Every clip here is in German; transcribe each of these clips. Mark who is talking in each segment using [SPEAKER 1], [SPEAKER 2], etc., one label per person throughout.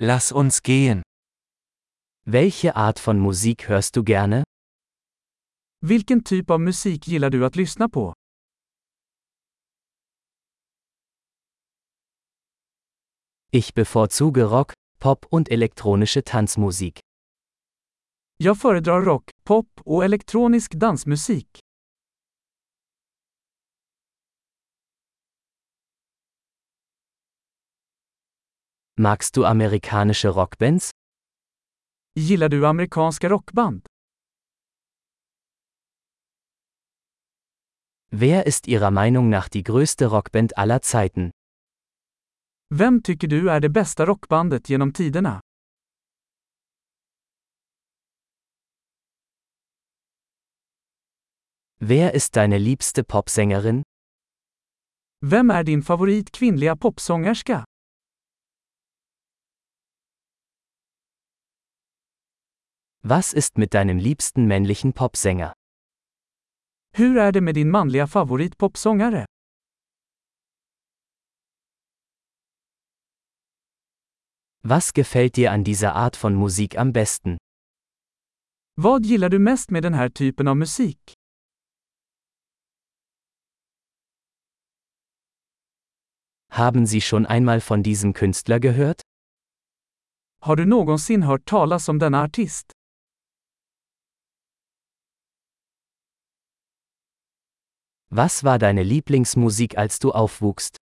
[SPEAKER 1] Lass uns gehen.
[SPEAKER 2] Welche Art von Musik hörst du gerne?
[SPEAKER 3] Vilken typ av musik gillar du att lyssna på?
[SPEAKER 2] Ich bevorzuge Rock, Pop und elektronische Tanzmusik.
[SPEAKER 3] Jag föredrar rock, pop och elektronisk dansmusik.
[SPEAKER 2] Magst du amerikanische Rockbands?
[SPEAKER 3] Gillar du amerikanska rockband?
[SPEAKER 2] Wer ist Ihrer Meinung nach die größte Rockband aller Zeiten?
[SPEAKER 3] Vem tycker du är det bästa rockbandet genom tiderna?
[SPEAKER 2] Wer ist deine liebste Popsängerin?
[SPEAKER 3] Vem är din favorit kvinnliga popsångerska?
[SPEAKER 2] Was ist mit deinem liebsten männlichen Popsänger?
[SPEAKER 3] Hur är det med din manliga favoritpopsångare?
[SPEAKER 2] Was gefällt dir an dieser Art von Musik am besten?
[SPEAKER 3] Vad gillar du mest med den här typen av musik?
[SPEAKER 2] Haben Sie schon einmal von diesem Künstler gehört?
[SPEAKER 3] Har du någonsin hört talas om denna artist?
[SPEAKER 2] Was war deine Lieblingsmusik, als du aufwuchst?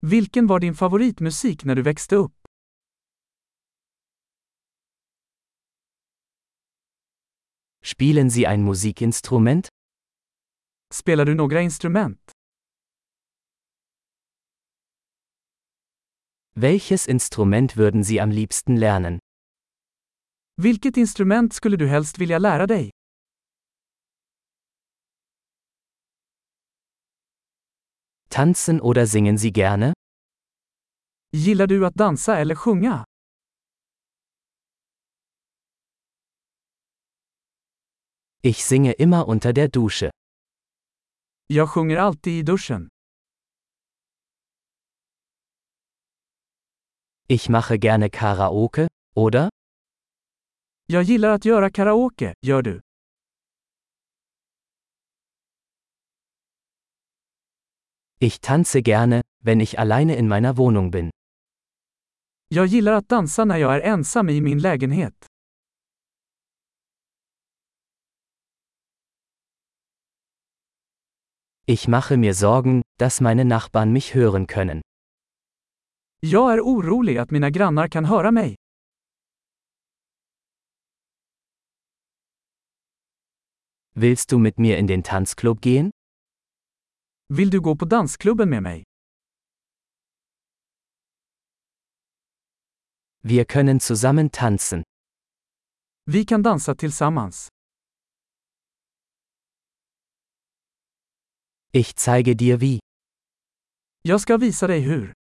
[SPEAKER 3] Vilken var din favoritmusik när du växte upp?
[SPEAKER 2] Spielen Sie ein Musikinstrument?
[SPEAKER 3] Spelar du några instrument?
[SPEAKER 2] Welches Instrument würden Sie am liebsten lernen?
[SPEAKER 3] Vilket instrument skulle du helst vilja lära dig?
[SPEAKER 2] Tanzen oder singen Sie gerne?
[SPEAKER 3] Gillar du att dansa eller sjunga?
[SPEAKER 2] Ich singe immer unter der Dusche.
[SPEAKER 3] Jag sjunger alltid i duschen.
[SPEAKER 2] Ich mache gerne Karaoke, oder?
[SPEAKER 3] Jag gillar att göra karaoke, gör du?
[SPEAKER 2] Ich tanze gerne, wenn ich alleine in meiner Wohnung bin.
[SPEAKER 3] Jag gillar att dansa när jag är ensam i min lägenhet.
[SPEAKER 2] Ich mache mir Sorgen, dass meine Nachbarn mich hören können.
[SPEAKER 3] Jag är orolig att mina grannar kan höra mig.
[SPEAKER 2] Willst du mit mir in den Tanzclub gehen?
[SPEAKER 3] Vill du gå på dansklubben med mig?
[SPEAKER 2] Wir können zusammen tanzen.
[SPEAKER 3] Vi kan dansa tillsammans.
[SPEAKER 2] Ich zeige dir wie.
[SPEAKER 3] Jag ska visa dig hur.